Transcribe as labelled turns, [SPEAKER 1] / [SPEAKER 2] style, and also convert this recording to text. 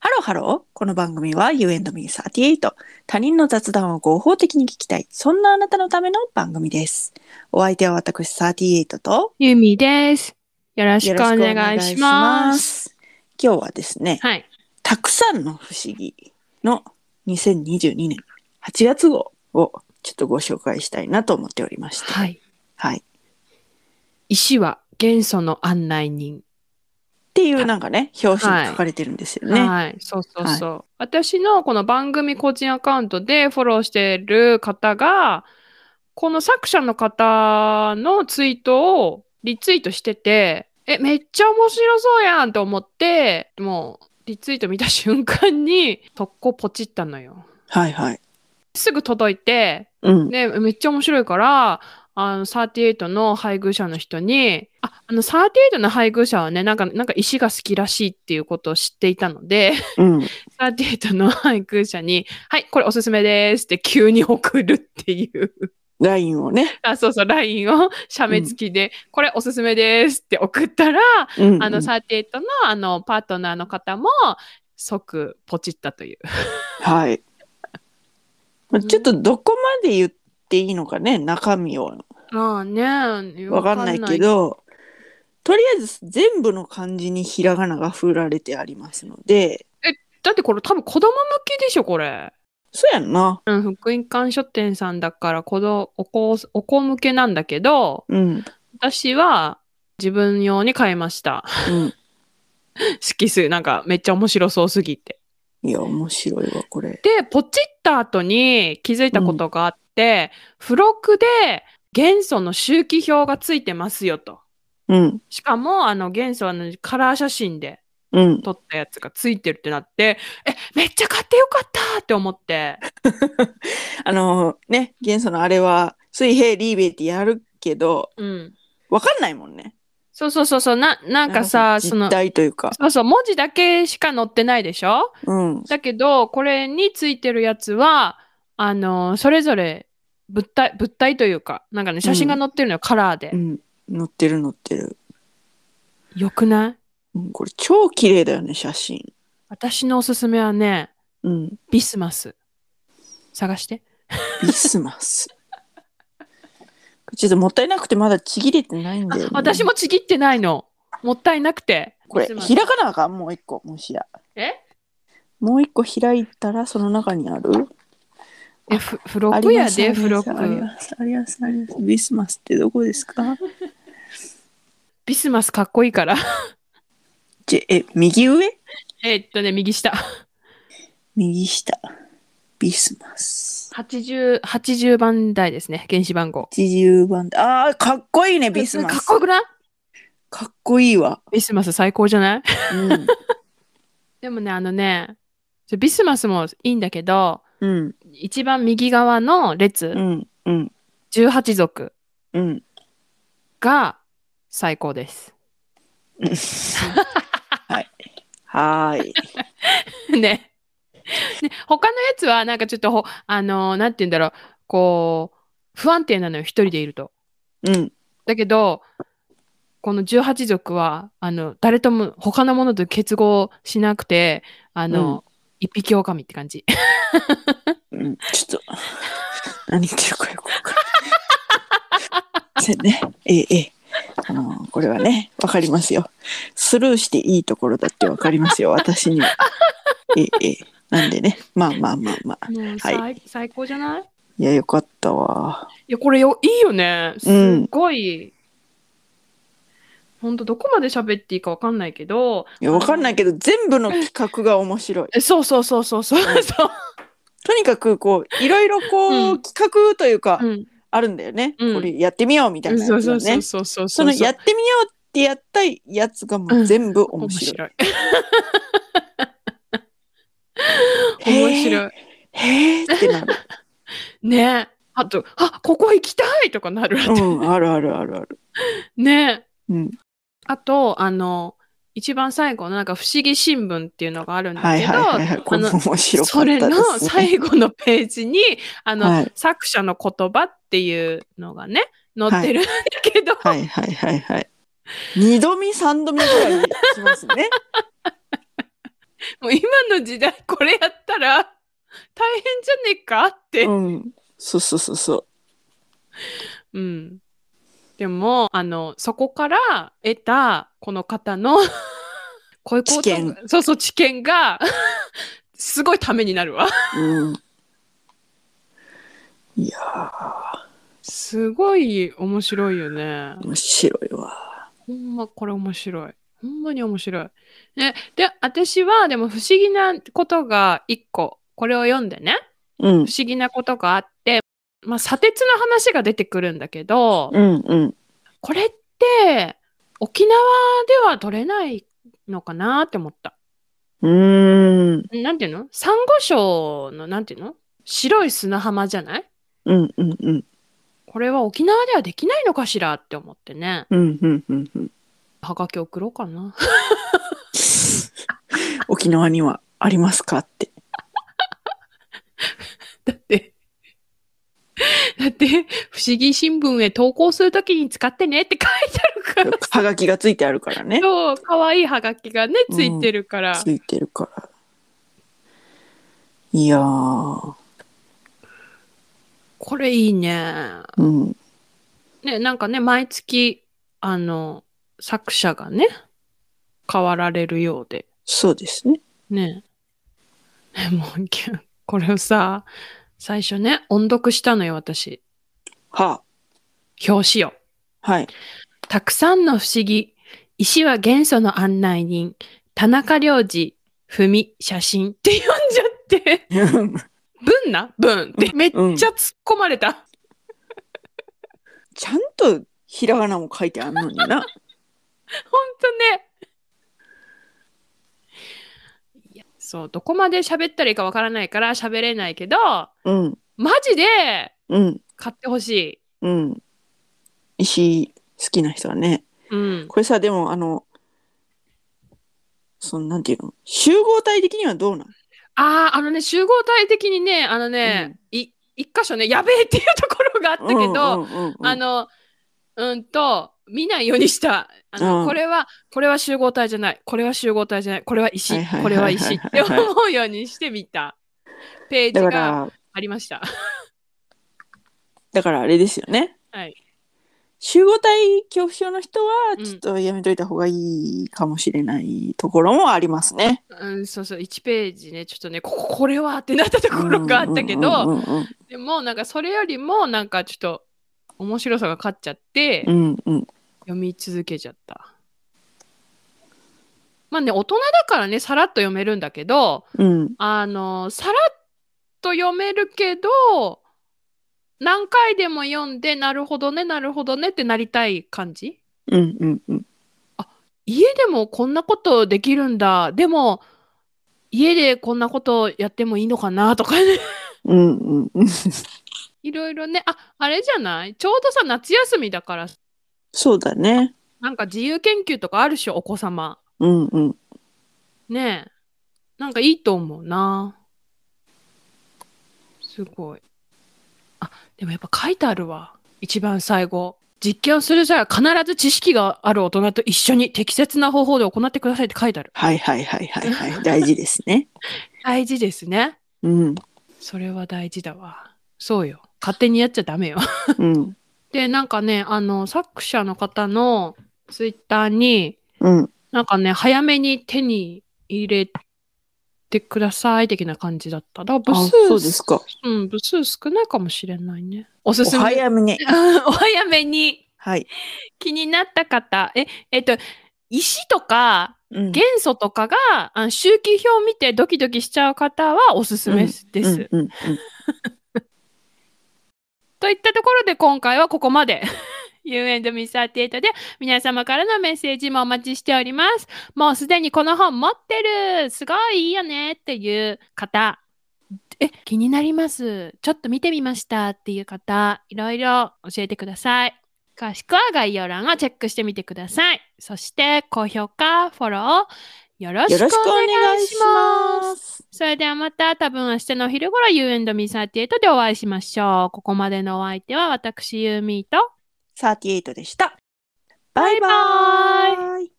[SPEAKER 1] ハロー。この番組は You and me38。他人の雑談を合法的に聞きたい。そんなあなたのための番組です。お相手は私38と
[SPEAKER 2] ゆみです。よろし
[SPEAKER 1] よ
[SPEAKER 2] くお願いします。
[SPEAKER 1] す。今日はですね、
[SPEAKER 2] はい。
[SPEAKER 1] たくさんの不思議の2022年8月号をちょっとご紹介したいなと思っておりまして。。
[SPEAKER 2] はいい。
[SPEAKER 1] はい、っ
[SPEAKER 2] 石は元素の案内人。
[SPEAKER 1] ていうなんかね、表紙に書かれてるんですよね。
[SPEAKER 2] はい。そうそうそう、私のこの番組個人アカウントでフォローしている方が、この作者の方のツイートをリツイートしてて、え、めっちゃ面白そうやんと思って、もう、リツイート見た瞬間に、速攻ポチったのよ。
[SPEAKER 1] はい、はい。
[SPEAKER 2] すぐ届いて、
[SPEAKER 1] うん。
[SPEAKER 2] で、めっちゃ面白いから、あの、38の配偶者の人に、あ、あの、38の配偶者はね、なんか、なんか石が好きらしいっていうことを知っていたので、
[SPEAKER 1] うん。
[SPEAKER 2] 38の配偶者に、はい、これおすすめですって急に送るっていう、
[SPEAKER 1] ラインをね。
[SPEAKER 2] あ、そうそう、LINE を写メ付きで、これおすすめですって送ったら、
[SPEAKER 1] うんうん
[SPEAKER 2] あの、38の、あの、パートナーの方も、即ポチったという。
[SPEAKER 1] はい。まあ
[SPEAKER 2] うん
[SPEAKER 1] ちょっとどこまで言っていいのかね、中身を。
[SPEAKER 2] ああね、わ
[SPEAKER 1] わかんないけ。ど、とりあえず全部の漢字にひらがなが振られてありますので、
[SPEAKER 2] だってこれ多分子供向きでしょ、これ。
[SPEAKER 1] そうやんな。
[SPEAKER 2] うん、福音館書店さんだからこのお子お子向けなんだけど
[SPEAKER 1] うん。
[SPEAKER 2] 私は自分用に買いました
[SPEAKER 1] うん。
[SPEAKER 2] 色数なんかめっちゃ面白そうすぎて
[SPEAKER 1] いや、面白いわ、これ。
[SPEAKER 2] でポチった後に気づいたことがあって、付録で元素の周期表がついてますよと
[SPEAKER 1] うん。
[SPEAKER 2] しかもあの元素はあのカラー写真で
[SPEAKER 1] うん。
[SPEAKER 2] 撮ったやつがついてるってなってえめっちゃ買ってよかったって思って
[SPEAKER 1] あのね、元素のあれは、水平リーベってやるけど、
[SPEAKER 2] うん
[SPEAKER 1] わかんないもんね。
[SPEAKER 2] そうそうそうそうななんかさそ
[SPEAKER 1] 実
[SPEAKER 2] の
[SPEAKER 1] 体というか。
[SPEAKER 2] そうそう、文字だけしか載ってないでしょ
[SPEAKER 1] うん。
[SPEAKER 2] だけど、これについてるやつは、あのそれぞれ物体、物体というか、なんかね、写真が載ってるのよ、カラーで
[SPEAKER 1] う。ん。乗ってる乗ってる。
[SPEAKER 2] よくない
[SPEAKER 1] うん、これ超綺麗だよね、写真。
[SPEAKER 2] 私のおすすめはね、
[SPEAKER 1] うん。
[SPEAKER 2] ビスマス。探して。
[SPEAKER 1] ビスマス。ちょっともったいなくてまだちぎれてないんだよ、ね。
[SPEAKER 2] 私。もちぎってないの。もったいなくて。
[SPEAKER 1] これ、
[SPEAKER 2] ビスマス
[SPEAKER 1] 開かなあかん、もう一個、もしや。
[SPEAKER 2] え
[SPEAKER 1] もう一個開いたら、その中にある
[SPEAKER 2] え、ふ付
[SPEAKER 1] あ
[SPEAKER 2] 録
[SPEAKER 1] り
[SPEAKER 2] や
[SPEAKER 1] ます
[SPEAKER 2] で、付録
[SPEAKER 1] あ。ります、あります、あります。ビスマスってどこですか
[SPEAKER 2] ビスマスかっこいいから。
[SPEAKER 1] じえ、右上
[SPEAKER 2] えっとね、右下。
[SPEAKER 1] 右下。ビスマス。
[SPEAKER 2] 80、80番台ですね、原子番号。
[SPEAKER 1] 80番だ。ああー、かっこいいね、ビスマ
[SPEAKER 2] かっ
[SPEAKER 1] ス。
[SPEAKER 2] こよくない
[SPEAKER 1] かっこいいわ。
[SPEAKER 2] ビスマス最高じゃない
[SPEAKER 1] うん。
[SPEAKER 2] でもね、あのね、ちょビスマスもいいんだけど、
[SPEAKER 1] うん。
[SPEAKER 2] 一番右側の列
[SPEAKER 1] う、ん。うん。
[SPEAKER 2] 18族
[SPEAKER 1] うん。
[SPEAKER 2] が最 高です。
[SPEAKER 1] はい。はーい。
[SPEAKER 2] ね。ね他のやつは、なんかちょっとほ、あのーなんて言うんだろう、こう、不安定なのよ、一人でいると。
[SPEAKER 1] うん。
[SPEAKER 2] だけど、この18族は、あの、誰とも他のものと結合しなくて、あの、一匹狼っ て感じ。
[SPEAKER 1] うん、ちょっと、 何言ってるかよくわかんない。 せんね、ええ、ええ。あのこれはね、わかりますよ。スルーしていいところだってわかりますよ、私には。ええ、ええ。なんでね、まあまあまあまあ。
[SPEAKER 2] もう最最高じゃない
[SPEAKER 1] いや、よかったわ。
[SPEAKER 2] いや、これよ、いいよね。す
[SPEAKER 1] うん
[SPEAKER 2] っごい。ほんと、どこまで喋っていいかわかんないけど。
[SPEAKER 1] いや、わかんないけど、全部の企画が面白い。
[SPEAKER 2] えそうそうそうそうそう。そう
[SPEAKER 1] とにかく、こう、いろいろこう、
[SPEAKER 2] うん
[SPEAKER 1] 企画というか、
[SPEAKER 2] うん
[SPEAKER 1] あるんだよね。
[SPEAKER 2] うん
[SPEAKER 1] これやってみようみたいな
[SPEAKER 2] そ
[SPEAKER 1] や
[SPEAKER 2] う
[SPEAKER 1] つ
[SPEAKER 2] そ
[SPEAKER 1] は
[SPEAKER 2] うそ
[SPEAKER 1] ね
[SPEAKER 2] う。そうそう。
[SPEAKER 1] そのやってみようってやったやつがもう全部面白い。
[SPEAKER 2] い。面白い。
[SPEAKER 1] へえってな る。
[SPEAKER 2] ねあと、あここ行きたいとかなる。
[SPEAKER 1] うん、あるあるあるある。
[SPEAKER 2] ね
[SPEAKER 1] うん。
[SPEAKER 2] あと、あの、一番最後のなんか不思議新聞っていうのがあるんだ
[SPEAKER 1] はい
[SPEAKER 2] けど、
[SPEAKER 1] はいはいはい。これも面白か
[SPEAKER 2] そ
[SPEAKER 1] った
[SPEAKER 2] れ
[SPEAKER 1] です、ね。
[SPEAKER 2] の最後のページに、あの、
[SPEAKER 1] はい
[SPEAKER 2] 作者の言葉っていうのがね、載ってるんだけど、
[SPEAKER 1] はいはいはいはい。二度見三度見ぐらいしますね。
[SPEAKER 2] もう今の時代これやったら大変じゃ ねえかって。
[SPEAKER 1] うん。そうそうそうそう。
[SPEAKER 2] うん。でも、あの、そこから得た、この方の、 こういうこ
[SPEAKER 1] 知
[SPEAKER 2] と
[SPEAKER 1] 見
[SPEAKER 2] そうそう、知見が、 すごいためになるわ。
[SPEAKER 1] うん。いやー、
[SPEAKER 2] すごい面白いよね。
[SPEAKER 1] 面白いわ。
[SPEAKER 2] ほんま、これ面白い。ほんまに面白い。ね、で、私は、でも不思議なことが一個、これを読んでね、
[SPEAKER 1] うん
[SPEAKER 2] 不、思議なことがあって、まあ、砂鉄の話が出てくるんだけど、
[SPEAKER 1] うん、うん。
[SPEAKER 2] これって沖縄では取れないのかなって思った。
[SPEAKER 1] うーん、
[SPEAKER 2] なんていうのサンゴ礁のなんていうの白い砂浜じゃない
[SPEAKER 1] うん、うん、うん、
[SPEAKER 2] これは沖縄ではできないのかしらって思ってね。
[SPEAKER 1] うん、うん、うんうん。
[SPEAKER 2] はがき送ろうかな。
[SPEAKER 1] 沖縄にはありますかって。
[SPEAKER 2] だって、 だって、不思議新聞へ投稿するときに使ってねって書いてあるから。
[SPEAKER 1] はがきがついてあるからね。
[SPEAKER 2] そう、可愛いはがきがね、ついてるから。
[SPEAKER 1] ついてるから。いやー、
[SPEAKER 2] これいいね。
[SPEAKER 1] うん、
[SPEAKER 2] ね、なんかね、毎月、あの、作者がね、変わられるようで。
[SPEAKER 1] そうですね。
[SPEAKER 2] ね。ねもう、 きゅこれをさ、最初ね、音読したのよ、私。
[SPEAKER 1] は
[SPEAKER 2] 表紙を。
[SPEAKER 1] あ、はい。
[SPEAKER 2] たくさんの不思議。石は元素の案内人。田中良二、文、写真って読んじゃって、文な文ってめっちゃ突っ込まれた。
[SPEAKER 1] ちゃんとひらがなも書いてあんのにな。
[SPEAKER 2] ほんとね。いやそう、どこまで喋ったらいいかわからないから喋れないけど、
[SPEAKER 1] うん、
[SPEAKER 2] マジで
[SPEAKER 1] うん、
[SPEAKER 2] 買ってほしい。
[SPEAKER 1] うん。石好きな人はね。
[SPEAKER 2] うん。
[SPEAKER 1] これさ、でもあの、そのなんていうの集合体的にはどうなん
[SPEAKER 2] ああ、あのね、集合体的にね、あのね、い一箇所ね、やべえっていうところがあったけど、
[SPEAKER 1] うんうんうんうん
[SPEAKER 2] あの、うんと、見ないようにした。あの、
[SPEAKER 1] うん
[SPEAKER 2] これは、これは集合体じゃない。これは集合体じゃない。これは石
[SPEAKER 1] はいはい。
[SPEAKER 2] こ
[SPEAKER 1] はい
[SPEAKER 2] れ
[SPEAKER 1] は
[SPEAKER 2] はい石って思うようにしてみた。ページ
[SPEAKER 1] だか
[SPEAKER 2] が
[SPEAKER 1] ら、
[SPEAKER 2] ありました。
[SPEAKER 1] だからあれですよね。
[SPEAKER 2] はい。
[SPEAKER 1] 集合体恐怖症の人は
[SPEAKER 2] うん
[SPEAKER 1] ちょっとやめといた方がいいかもしれないところもありますね。
[SPEAKER 2] うん、そうそう、1ページね、ちょっとね、こここれはってなったところがあったけど、
[SPEAKER 1] うんうん
[SPEAKER 2] でも、なんかそれよりも、なんかちょっと面白さが勝っちゃって、
[SPEAKER 1] うんうんうんうん
[SPEAKER 2] 読み続けちゃった。まあね、大人だからね、さらっと読めるんだけど、
[SPEAKER 1] うん
[SPEAKER 2] あの、さらっと読めるけど、何回でも読んで、なるほどね、なるほどねってなりたい感じ
[SPEAKER 1] うんうんうん
[SPEAKER 2] 家でもこんなことできるんだ。でも、家でこんなことやってもいいのかなとかね。
[SPEAKER 1] うんうんうん
[SPEAKER 2] いろいろね、あ、あれじゃないちょうどさ、夏休みだから、
[SPEAKER 1] そうだね。
[SPEAKER 2] なんか自由研究とかあるっしょ、お子様。
[SPEAKER 1] うんうん
[SPEAKER 2] ねえ。なんかいいと思うな。すごい。あ、でもやっぱ書いてあるわ。一番最後。実験をする際は必ず知識がある大人と一緒に適切な方法で行ってくださいって書いてある。
[SPEAKER 1] はいはいはいはいはい大事ですね。
[SPEAKER 2] 大事ですね。
[SPEAKER 1] うん
[SPEAKER 2] それは大事だわ。そうよ。勝手にやっちゃダメよ。
[SPEAKER 1] うん
[SPEAKER 2] で、なんかね、あの、作者の方のツイッターに、
[SPEAKER 1] うん
[SPEAKER 2] なんかね、早めに手に入れてください的な感じだった。だから部
[SPEAKER 1] あ
[SPEAKER 2] 数、
[SPEAKER 1] そうですか。
[SPEAKER 2] うん、部数少ないかもしれないね。おす
[SPEAKER 1] お
[SPEAKER 2] すめ。
[SPEAKER 1] 早めね。
[SPEAKER 2] お早めに
[SPEAKER 1] はい。
[SPEAKER 2] 気になった方。え、えっと、石とか
[SPEAKER 1] うん
[SPEAKER 2] 元素とかが、あの周期表を見てドキドキしちゃう方はおすすめです。
[SPEAKER 1] うんうんうん
[SPEAKER 2] といったところで今回はここまで。U&Me38 で皆様からのメッセージもお待ちしております。もうすでにこの本持ってるすごいいいよねっていう方。え、気になります。ちょっと見てみましたっていう方、いろいろ教えてください。詳しくは概要欄をチェックしてみてください。そして高評価、フォローよろし
[SPEAKER 1] よ
[SPEAKER 2] くお
[SPEAKER 1] ろしくお
[SPEAKER 2] 願
[SPEAKER 1] 願
[SPEAKER 2] い
[SPEAKER 1] い
[SPEAKER 2] し
[SPEAKER 1] し
[SPEAKER 2] ます。
[SPEAKER 1] ます。
[SPEAKER 2] それではまた多分明日のお昼頃 You and Me38 でお会いしましょう。ここまでのお相手は私ユーミーと
[SPEAKER 1] 38でした。バイバ
[SPEAKER 2] バイ
[SPEAKER 1] イ。